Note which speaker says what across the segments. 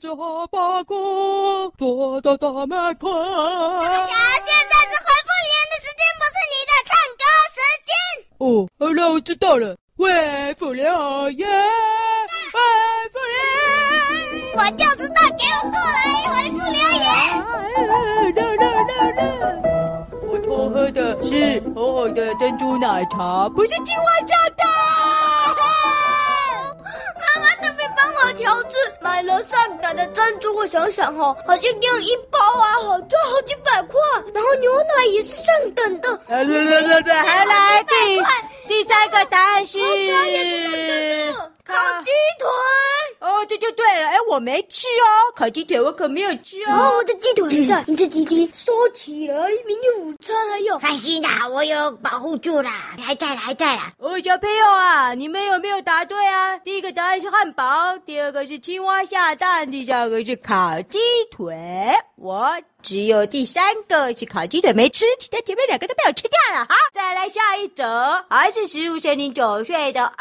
Speaker 1: 着哈巴狗，多大大麦克。
Speaker 2: 哎呀，现在是回复留言的时间，不是你的唱歌时间。
Speaker 1: 哦，好了，我知道了。喂，复联好耶！喂，复
Speaker 2: 我就知道，给我过来回复留言。
Speaker 1: 联！啦啦啦啦！我偷喝的是红红的珍珠奶茶，不是青蛙榨的。
Speaker 2: 妈妈特别帮我调制，买了上等的珍珠。我想想哦，好像要一包啊，好多好几百块。啊然后牛奶也是上等的，
Speaker 1: 啦啦啦啦啦！还来第第三个答案是
Speaker 2: 这也是上等的。烤鸡腿，
Speaker 1: 哦，这就对了。哎，我没吃哦，烤鸡腿我可没有吃
Speaker 2: 然后
Speaker 1: 哦。
Speaker 2: 我的鸡腿在，你这鸡腿收起来，明天午餐还有。
Speaker 3: 放心啦，我有保护住啦，还在啦，还在啦。
Speaker 1: 哦，小朋友啊，你们有没有答对啊？第一个答案是汉堡，第二个是青蛙下蛋，第三个是烤鸡腿。我只有第三个是烤鸡腿没吃，其他前面两个都被我吃掉了。好，再来下一则，还是食物森林九岁的二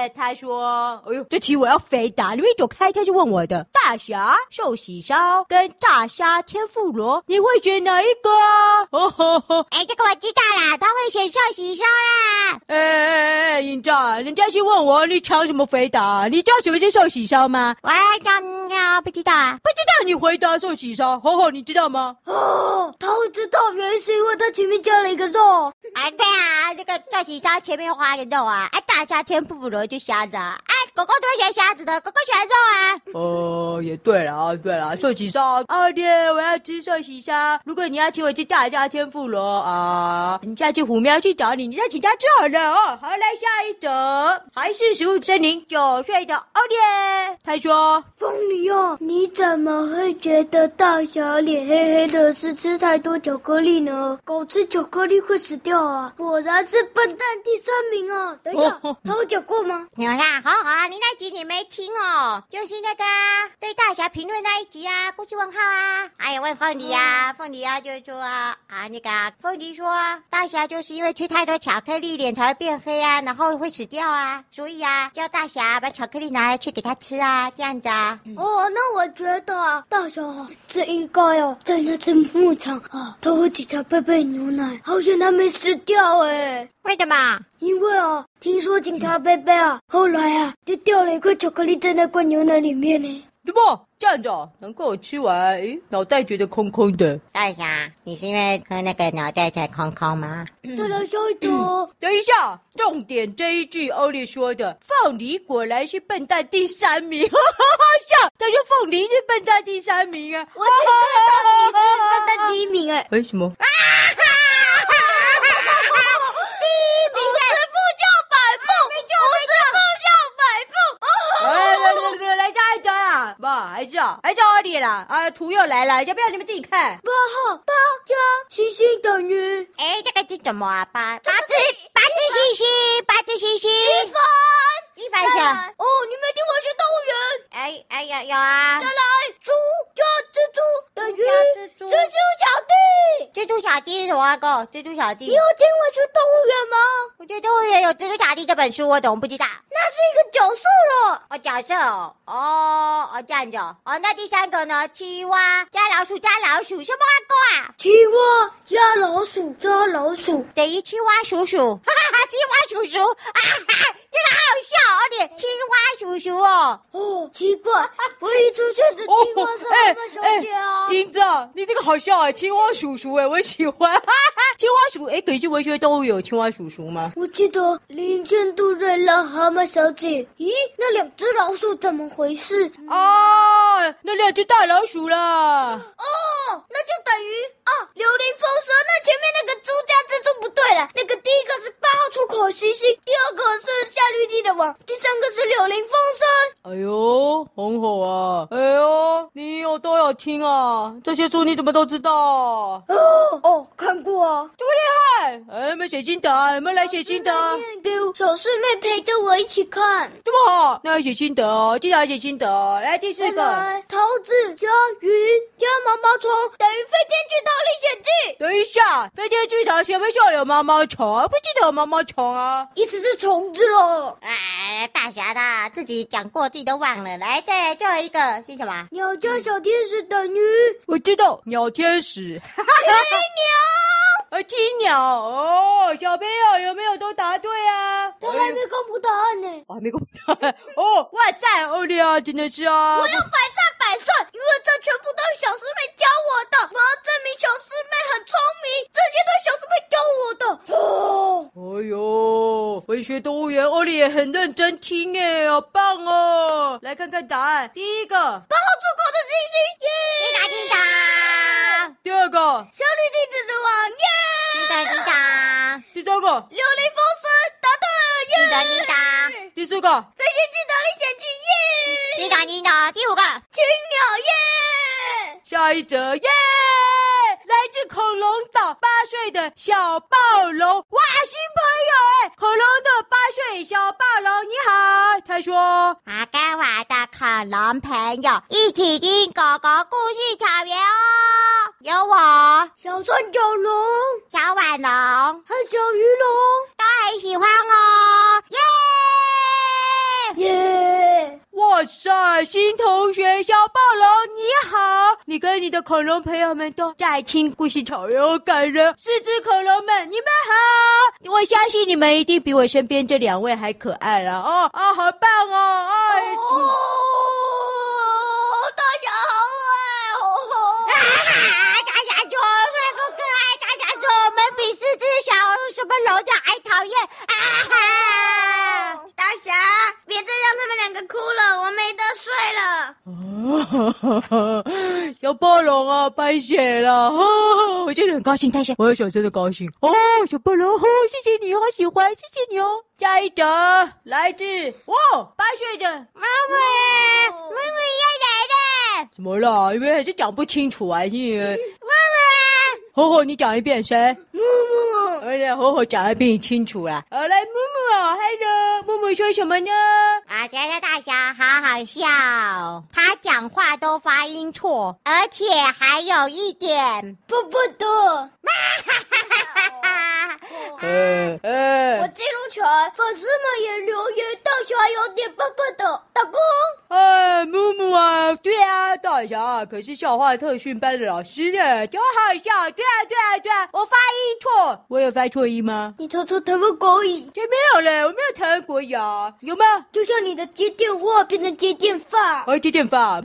Speaker 1: 烈，他说：“哎呦，这题我要飞答，因为九开天就问我的大侠寿喜烧跟炸虾天妇罗，你会选哪一个啊？”哦吼 吼，
Speaker 3: 哎，这个我知道啦，他会选寿喜烧啦。
Speaker 1: 哎哎哎，营长，人家是问我你抢什么回答？你知道什么是寿喜烧吗？
Speaker 3: 我刚刚不知道啊。
Speaker 1: 不知道你回答寿喜烧，吼吼，你知道吗？
Speaker 2: 哦，他会知道，原来是因为他前面加了一个肉。
Speaker 3: 啊，对啊，这个寿喜烧前面画个肉啊，啊，大夏天不如就虾子啊。啊，狗狗都会选虾子的，狗狗喜欢肉啊。
Speaker 1: 哦，也对了啊，对了，寿喜烧，二爹，哦我要吃寿喜烧。如果你要请我吃大家天妇罗啊，你下次虎喵去找你，你再请他吃好了哦。好，来下一则，还是食物森林九岁的二爹，他说。
Speaker 2: 风里哦，你怎么会觉得大侠脸黑黑的是吃太多巧克力呢？狗吃巧克力会死掉啊！果然是笨蛋第三名啊！等一下
Speaker 1: 哦，
Speaker 2: 他有讲过吗？
Speaker 3: 有啦，好好啊，你那集你没听哦，就是那个啊对大侠评论那一集啊，过去问号啊，还有问凤梨啊，凤梨啊就说啊啊那个啊凤梨说啊，大侠就是因为吃太多巧克力脸才会变黑啊，然后会死掉啊，所以啊叫大侠把巧克力拿来去给他吃啊，这样子啊，
Speaker 2: 哦，那我觉得啊，大侠啊这应该哦，在那只牧场啊，他会警察贝贝牛奶，好险他没死掉哎。
Speaker 3: 为什么？
Speaker 2: 因为啊，听说警察贝贝啊，后来啊，就掉了一块巧克力在那罐牛奶里面呢。
Speaker 1: 对不？这样子哦，难怪我吃完，诶，脑袋觉得空空的。
Speaker 3: 大侠，你是因为喝那个脑袋才空空吗？
Speaker 2: 再来下一种哦。
Speaker 1: 等一下，重点这一句欧丽说的，凤梨果然是笨蛋第三名，哈哈哈笑。他说凤梨是笨蛋第三名啊，
Speaker 2: 我只知道你是笨蛋第一名哎、
Speaker 1: 哎什么？
Speaker 2: 不是不叫百步，不是不叫百步。
Speaker 1: 哎来来来来下一张啦，爸还是啊还是欧丽啦啊图又来了，要不要你们自己看？
Speaker 2: 八号八加星星等于
Speaker 3: 哎，这个是怎么啊？八八只八只星星，八只星星，
Speaker 2: 分。
Speaker 3: 一番想。
Speaker 2: 哦，你没听我去动物园。
Speaker 3: 哎哎有有啊
Speaker 2: 再，来，猪加蜘蛛等于
Speaker 3: 加蜘蛛
Speaker 2: 蜘蛛小弟。
Speaker 3: 蜘蛛小弟是我阿公，蜘蛛小弟
Speaker 2: 你。有听我去动物园吗？
Speaker 3: 我觉得我也有《蜘蛛小弟》这本书，我怎么不知道？
Speaker 2: 那是一个角色了。
Speaker 3: 哦，角色哦，哦哦这样子哦。哦，那第三个呢？青蛙加老鼠加老鼠，什么阿公啊？
Speaker 2: 青蛙加老鼠加老鼠，
Speaker 3: 等于青蛙叔叔，哈哈哈，青蛙叔叔，啊哈哈，真的好笑哦，你青蛙叔叔哦。
Speaker 2: 哦，奇 怪，唯一出现的青蛙是妈妈小姐啊。
Speaker 1: 英子，你这个好笑哎、青蛙叔叔哎、我喜欢，哈哈，青蛙叔哎、可是文学动物有青蛙叔叔吗？
Speaker 2: 我记得林间杜瑞拉蛤蟆小姐，咦，那两只老鼠怎么回事？
Speaker 1: 哦，那两只大老鼠啦。
Speaker 2: 哦，那就等于哦，琉璃风说那前面那个猪加蜘蛛不对了，那个第一个是八号出口星星，第二个是夏绿蒂的网，第三个是柳林风声。
Speaker 1: 哎呦，红红啊！哎呦，你有都有有听啊？这些书你怎么都知道啊？
Speaker 2: 哦哦，看过啊。
Speaker 1: 哎，哎有没有写新的啊？有没有来写新的啊？
Speaker 2: 念给我小师妹陪着我一起看。
Speaker 1: 这么好，那要写心得哦，记得要写心得哦。来第四
Speaker 2: 再
Speaker 1: 个，
Speaker 2: 来，桃子加云加毛毛虫等于飞天巨盗历险记，
Speaker 1: 等一下，飞天巨桃前面校有毛毛虫，啊不记得有毛毛虫啊？
Speaker 2: 意思是虫子喽。
Speaker 3: 哎，大侠的自己讲过，自己都忘了。来，再来最后一个是什么？
Speaker 2: 鸟加小天使等于
Speaker 1: 我知道，鸟天使， 哈哈哈呃，金鸟哦，小朋友有没有都答对啊？
Speaker 2: 他还没公布答案呢。
Speaker 1: 我还没公布答案哦，哇塞，欧利啊，真的是啊，
Speaker 2: 我要百战百胜，因为这全部都是小师妹教我的。我要证明小师妹很聪明，这些都是小师妹教我的。哦，
Speaker 1: 哎呦，文学动物园欧利也很认真听哎，好棒哦！来看看答案，第一个，
Speaker 2: 八号出口的星星耶，
Speaker 3: 叮当叮当，
Speaker 1: 第二个，
Speaker 2: 小绿弟子的网耶，
Speaker 3: 叮当叮当，
Speaker 1: 第三个，
Speaker 2: 琉璃风神答对
Speaker 3: 叮
Speaker 2: 了
Speaker 3: 当
Speaker 2: 耶，
Speaker 3: 叮当，
Speaker 1: 第四个，
Speaker 2: 飞天巨盗历险记耶，
Speaker 3: 叮当叮当。第五个，
Speaker 2: 青鸟耶。
Speaker 1: 下一则耶！来自恐龙岛八岁的小暴龙，哇，新朋友哎！恐龙岛八岁小暴龙，你好。他说
Speaker 3: 我跟我的恐龙朋友一起听狗狗故事草原哦，有我
Speaker 2: 小三角龙
Speaker 3: 小婉龙
Speaker 2: 和小鱼龙
Speaker 3: 都很喜欢哦，耶！
Speaker 2: 耶，：“
Speaker 1: 哇塞，新同学小暴龙，你好！你跟你的恐龙朋友们都在听故事草原，好感人。四只恐龙们，你们好！我相信你们一定比我身边这两位还可爱了哦啊，好棒哦！啊，
Speaker 2: 哦，大侠好
Speaker 3: 啊！
Speaker 2: 爱哦！
Speaker 3: 大侠说会不可爱，大侠说我们比四只小什么龙的还讨厌啊哈！
Speaker 2: 大侠，别再让他们两个哭了，我没得睡了。
Speaker 1: 哦，小暴龙啊，拍血了！哦，我真的很高兴，但是我也想真的高兴哦，小暴龙，哦，谢谢你，好喜欢，谢谢你哦。下一则来自哇八岁的
Speaker 3: 妈妈，妈妈要来了，
Speaker 1: 怎么了？因为还是讲不清楚啊，因为
Speaker 3: 妈妈。
Speaker 1: 吼吼，你讲一遍谁？哎
Speaker 2: 木木，
Speaker 1: 而且吼吼讲一遍清楚啦。好，来木木啊，Hello，木木说什么呢？
Speaker 3: 我觉得啊大侠好好笑，他讲话都发音错，而且还有一点，
Speaker 2: 不不的，
Speaker 3: 哈哈，
Speaker 2: 啊
Speaker 1: 呃呃
Speaker 2: 我记录起来，粉丝们也留言，大侠有点笨笨的，大哥。
Speaker 1: 哎，木木啊，对啊，大侠可是校花特训班的老师呢，多好笑！对啊，对啊，对啊，我发音错，我有发错音吗？
Speaker 2: 你偷偷他们狗语，
Speaker 1: 这没有嘞，我没有台湾国语啊，有吗？哦
Speaker 2: 就像你的接电话变成接电话，
Speaker 1: 我有一点点发，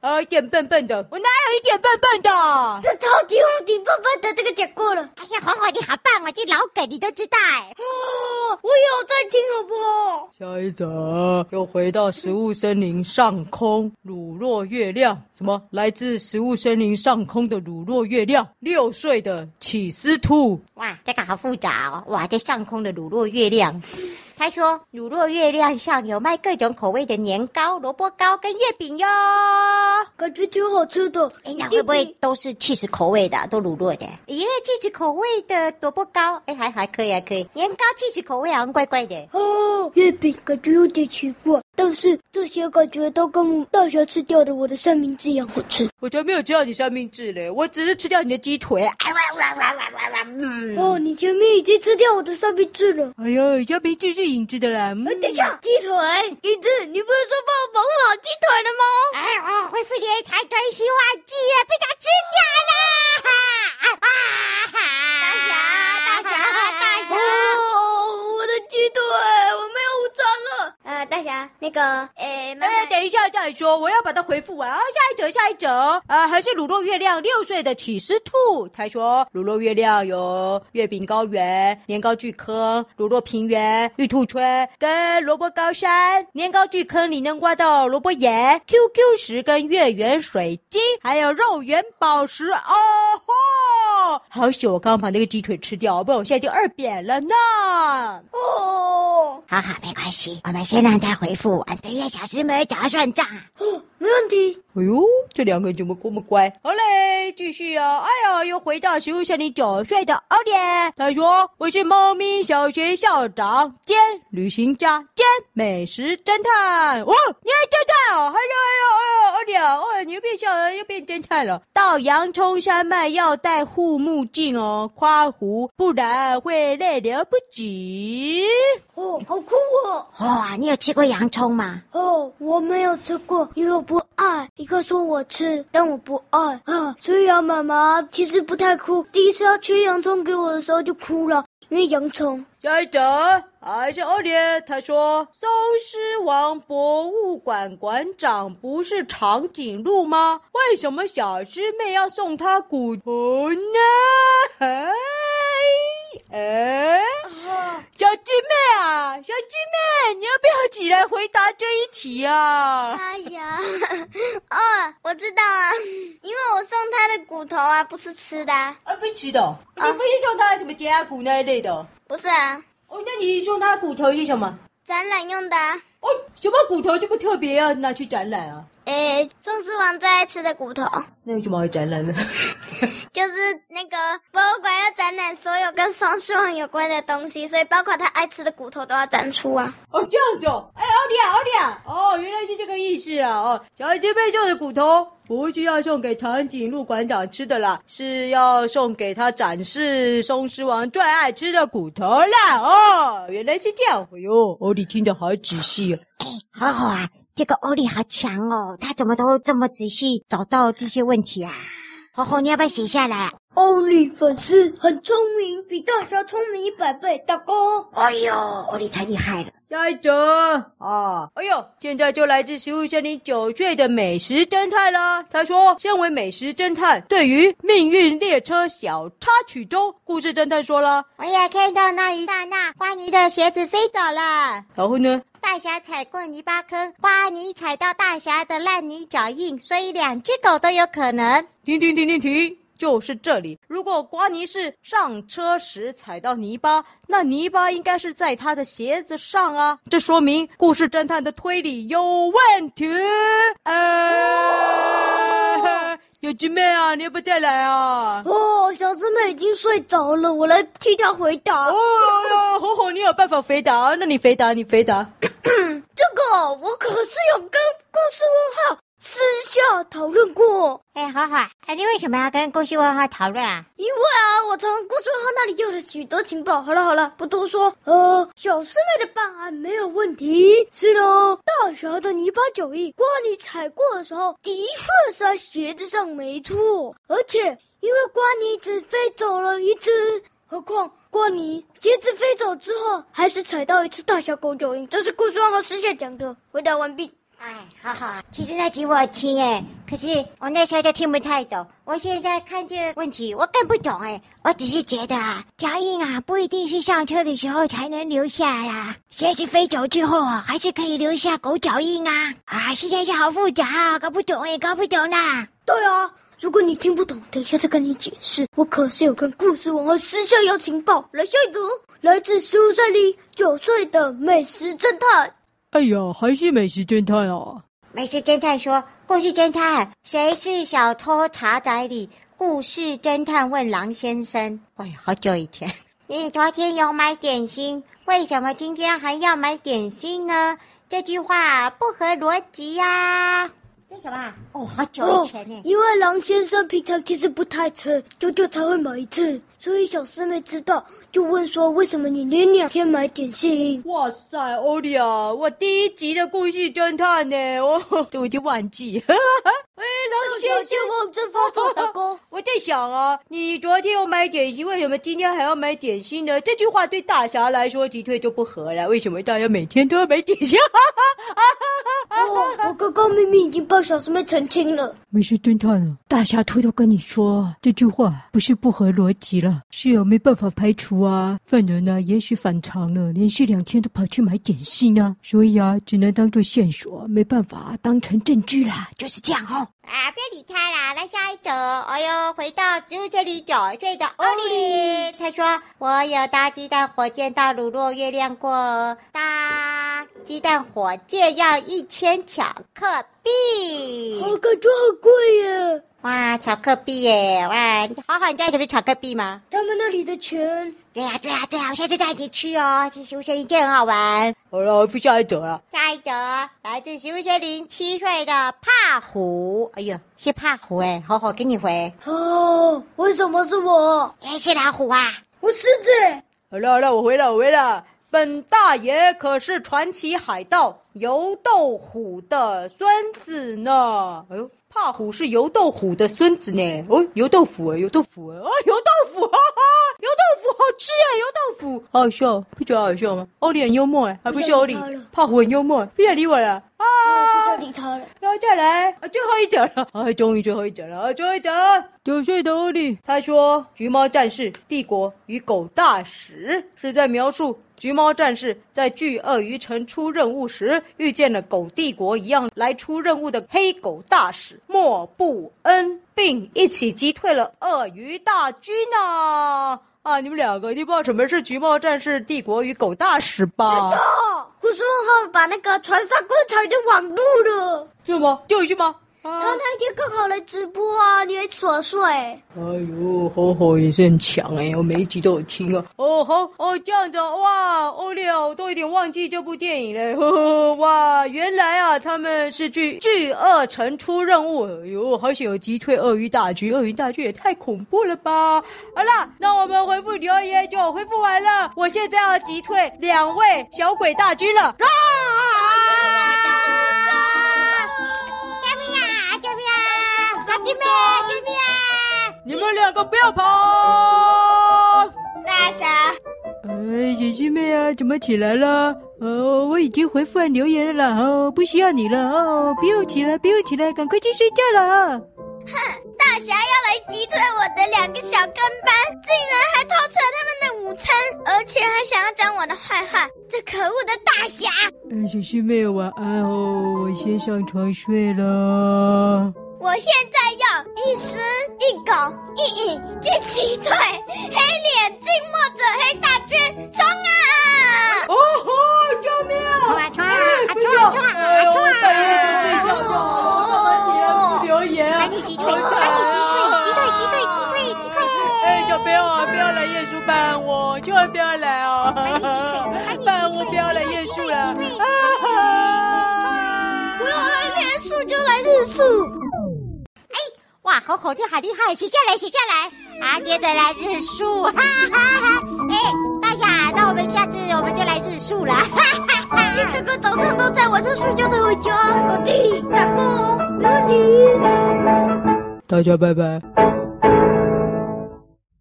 Speaker 1: 呃，一点笨笨的，我哪有一点笨笨的？
Speaker 2: 这超级无敌笨笨的，这个讲过了。
Speaker 3: 哎呀，红红你好棒哦，这老梗你都知道哎，
Speaker 2: 哦，我有在听，好不好？
Speaker 1: 下一则又回到食物森林上空，乳酪月亮什么？来自食物森林上空的乳酪月亮，六岁的起司兔。
Speaker 3: 哇，这个好复杂哦，哇，这上空的乳酪月亮。他说，乳酪月亮上有卖各种口味的年糕、萝卜糕跟月饼哟。
Speaker 2: 感觉挺好吃的。
Speaker 3: 哎，那会不会都是 cheese 口味的，都乳酪的？耶，cheese 口味的萝卜糕，哎，还还可以，还可以。年糕 cheese 口味好像怪怪的。
Speaker 2: 哦，月饼感觉有点奇怪，但是这些感觉都跟大侠吃掉的我的三明治一样好吃。
Speaker 1: 我才没有吃掉你三明治嘞，我只是吃掉你的鸡腿。
Speaker 3: 啊哇哇哇哇哇哇！嗯，
Speaker 2: 哦，你前面已经吃掉我的三明治了。
Speaker 1: 哎呦，三明治是影子的啦。嗯
Speaker 2: 哎，等一下，鸡腿，椅子，你不是说帮我保护好鸡腿了吗？
Speaker 3: 哎，我恢复连台专心忘记啊，被他吃
Speaker 2: 大
Speaker 3: 掉了！哈哈！
Speaker 2: 侠，大侠，大侠！哦，我的鸡腿，我没有午餐了。呃，大侠，那个，哎，妈
Speaker 1: 哎，等一下再说，我要把它回复完啊。下一则，下一则，啊，还是乳酪月亮六岁的起司兔，他说乳酪月亮有月饼高原、年糕巨坑、乳酪平原、玉兔村跟萝卜高山。年糕巨坑里能挖到萝卜盐、QQ 石跟月圆水晶，还有肉圆宝石。哦吼！好险，我刚把那个鸡腿吃掉，不然我现在就二扁了呢。
Speaker 2: 哦，
Speaker 3: 好好，没关系，我们先让他回复啊我玩等一下小师妹找算账啊！
Speaker 2: 哦，没问题。
Speaker 1: 哎呦，这两个人怎么这么乖？好嘞，继续啊！哎呀，又回到食物森林九岁的欧典。他说：“我是猫咪小学校长兼旅行家兼美食侦探。”哦，你还侦探哦！哎呦哎呦哎呦，欧典，哦，你又变校人又变侦探了。到洋葱山脉要戴护目镜哦，夸胡，不然会泪流不止。
Speaker 2: 哦，好酷哦！
Speaker 3: 哇、你有吃过洋葱吗？
Speaker 2: 哦，我没有吃过，因为我不爱。一个说我吃，但我不爱啊。所以啊，妈妈其实不太哭。第一次要切洋葱给我的时候就哭了，因为洋葱。
Speaker 1: 下一则还是欧联，他说：“松狮王博物馆馆长不是长颈鹿吗？为什么小师妹要送他骨头呢？”哎哎，小师妹啊，小师妹，你要不要起来回答这一题啊？
Speaker 2: 大侠，哎 哦，我知道啊，因为我送他的骨头啊，不是吃的、啊，
Speaker 1: 啊，不知道，你不是送他什么尖牙骨那一类的？
Speaker 2: 不是啊，
Speaker 1: 哦，那你送他骨头是什么？
Speaker 2: 展览用的、啊。
Speaker 1: 哦，什么骨头这么特别啊？拿去展览啊？
Speaker 2: 诶，松狮王最爱吃的骨头，
Speaker 1: 那有什么好展览的？
Speaker 2: 就是那个博物馆要展览所有跟松狮王有关的东西，所以包括他爱吃的骨头都要展出啊。
Speaker 1: 哦，这样子哦，哎，奥利亚，奥利亚，哦，原来是这个意思啊！哦，小鸡背上的骨头不是要送给长颈鹿馆长吃的啦，是要送给他展示松狮王最爱吃的骨头啦！哦，原来是这样，哎呦，欧利听得好仔细啊！
Speaker 3: 好好啊，这个欧力好强哦，他怎么都这么仔细找到这些问题啊？吼吼，你要不要写下来啊？
Speaker 2: 欧力粉丝很聪明，比大侠聪明一百倍，打勾。
Speaker 3: 哎呦，欧力太厉害了！
Speaker 1: 下一则啊，哎呦，现在就来自食物森林九岁的美食侦探啦。他说，身为美食侦探，对于《命运列车小插曲》中，故事侦探说了，
Speaker 3: 我也看到那一刹那，瓜尼的鞋子飞走了。
Speaker 1: 然后呢？
Speaker 3: 大侠踩过泥巴坑，瓜尼踩到大侠的烂泥脚印，所以两只狗都有可能。
Speaker 1: 停停停停停，就是这里。如果瓜尼是上车时踩到泥巴，那泥巴应该是在他的鞋子上啊。这说明故事侦探的推理有问题。呃，有姐妹啊，你要不要再来啊？
Speaker 2: 哦，小师妹已经睡着了，我来替她回答。
Speaker 1: 哦哟，火火，你有办法回答？那你回答，你回答。
Speaker 2: 这个我可是有跟故事问号私下讨论过，
Speaker 3: 哎，好好啊，哎，你为什么要跟故事问号讨论啊？
Speaker 2: 因为啊，我从故事问号那里要了许多情报。好了好了，不多说。呃，小师妹的办案没有问题。是呢，大侠的泥巴脚印，瓜你踩过的时候，的确是在鞋子上没错。而且因为瓜你只飞走了一只，何况。瓜尼鞋子飞走之后，还是踩到一次大小狗脚印，这是故事问号私下讲的。回答完毕。
Speaker 3: 哎，好好啊，其实那集我有听哎，可是我那时候就听不太懂。我现在看这个问题，我更不懂哎，我只是觉得啊，脚印啊不一定是上车的时候才能留下呀，鞋子飞走之后啊，还是可以留下狗脚印啊。啊，实在是好复杂啊，搞不懂哎，搞不懂啦。
Speaker 2: 对啊，如果你听不懂，等一下再跟你解释。我可是有跟故事网和私下要情报。来下一组，来自食物森林九岁的美食侦探。
Speaker 1: 哎呀，还是美食侦探啊！
Speaker 3: 美食侦探说：“故事侦探，谁是小偷？茶宅里，故事侦探问狼先生。哎，好久以前，你昨天有买点心，为什么今天还要买点心呢？这句话不合逻辑呀、这什么啊？哦，好久以前呢、
Speaker 2: 因为狼先生平常其实不太吃，久久才会买一次，所以小师妹知道就问说：为什么你连两天买点心？
Speaker 1: 哇塞，欧利啊，我第一集的故事侦探呢， 哦，我已经忘记。哎，狼先生，
Speaker 2: 望正发愁打勾。
Speaker 1: 我在想啊，你昨天有买点心，为什么今天还要买点心呢？这句 话对大侠来说的确就不合了。为什么大家每天都要买点心？哈哈哈哈哈哈！
Speaker 2: 哦，我刚刚明明已经帮小师妹澄清了。
Speaker 1: 没事，侦探了，大侠推都跟你说这句话不是不合逻辑了，是有没办法排除啊。犯人呢、也许反常了，连续两天都跑去买点心啊，所以啊，只能当做线索，没办法当成证据啦，就是这样哦。
Speaker 3: 啊，不要理他啦，来下一则。哎呦，回到植物这里九岁的欧里，他说：“我有搭鸡蛋火箭到乳酪月亮过，搭鸡蛋火箭要一千巧克力。
Speaker 2: 好，感觉好贵耶！
Speaker 3: 哇，巧克力耶！哇，好好，你知道什么是巧克力吗？
Speaker 2: 他们那里的钱，
Speaker 3: 对呀、对呀、啊对呀、我下次带你去哦，去食物森林真好玩。
Speaker 1: 好了，不下一则了。
Speaker 3: 下一则来自食物森林七岁的帕虎，哎呦，是帕虎哎，好好给你回。
Speaker 2: 哦，为什么是我？
Speaker 3: 哎，是老虎啊！
Speaker 2: 我狮子耶，
Speaker 1: 好了好了，我回了我回了。本大爷可是传奇海盗油豆虎的孙子呢。哎呦，怕虎是油豆虎的孙子呢。哦，油豆腐哎，油豆腐哎，哦，油豆腐，哈哈，油豆腐好吃哎，油豆腐好好笑，不觉得好笑吗？欧里很幽默哎，还不是欧里
Speaker 2: 不想理他了，
Speaker 1: 怕虎很幽默，不想理我了啊。
Speaker 2: 我哦不想理他了。
Speaker 1: 然后再来啊，最后一折了，哎，终于最后一折了，啊，最后一折。九岁的欧丽，他说《橘猫战士：帝国与狗大使》是在描述橘猫战士在巨鳄鱼城出任务时，遇见了狗帝国一样来出任务的黑狗大使莫布恩，并一起击退了鳄鱼大军啊！啊，你们两个一定不知道什么是《橘猫战士：帝国与狗大使》吧？
Speaker 2: 哦，胡说八道，把那个船上工厂就网路了。
Speaker 1: 是吗？就是吗？啊
Speaker 2: 他那一天刚好来直播啊，你还琐碎。
Speaker 1: 哎呦，吼吼也是很强哎、我每一集都有听啊。哦，好哦，这样子啊哇，欧丽啊，我都有点忘记这部电影了。呵呵哇，原来啊，他们是去巨鳄城出任务。哎呦，好险有击退鳄鱼大军，鳄鱼大军也太恐怖了吧！好啦，那我们回复留言就回复完了。我现在要击退两位小鬼大军了。
Speaker 3: 救命啊！救命啊！阿金妹，救命啊！
Speaker 1: 你们两个不要跑！
Speaker 2: 大侠，
Speaker 1: 哎，小师妹啊，怎么起来了？哦，我已经回复完留言了啦哦，不需要你了哦，不用起来，不用起来，赶快去睡觉了啊！
Speaker 2: 大侠要来击退我的两个小跟班，竟然还偷吃了他们的午餐，而且还想要讲我的坏话。这可恶的大侠！
Speaker 1: 哎，小师妹晚安哦，我先上床睡了。
Speaker 2: 我现在要一狮一狗一影去击退黑脸静默者黑大军，冲啊！
Speaker 1: 哦吼！救命！
Speaker 3: 冲啊冲啊！啊冲啊冲啊！啊冲啊！
Speaker 1: 留言
Speaker 3: 把你击退！把你击退！击退！击退！击退！击退！
Speaker 1: 哎，小朋友啊，不要来夜宿办我，千万不要来哦！办我不要来夜宿了啊！
Speaker 2: 不用黑脸树就来日树。
Speaker 3: 哇，好好，你好厉害！写下来，写下来！啊，接着来日数，哈哈哈！哎，大侠，那我们下次我们就来日数了，哈哈哈！
Speaker 2: 你整哎个早上都在，晚上睡觉才回家。搞定，打过哦，没问题。
Speaker 1: 大家拜拜。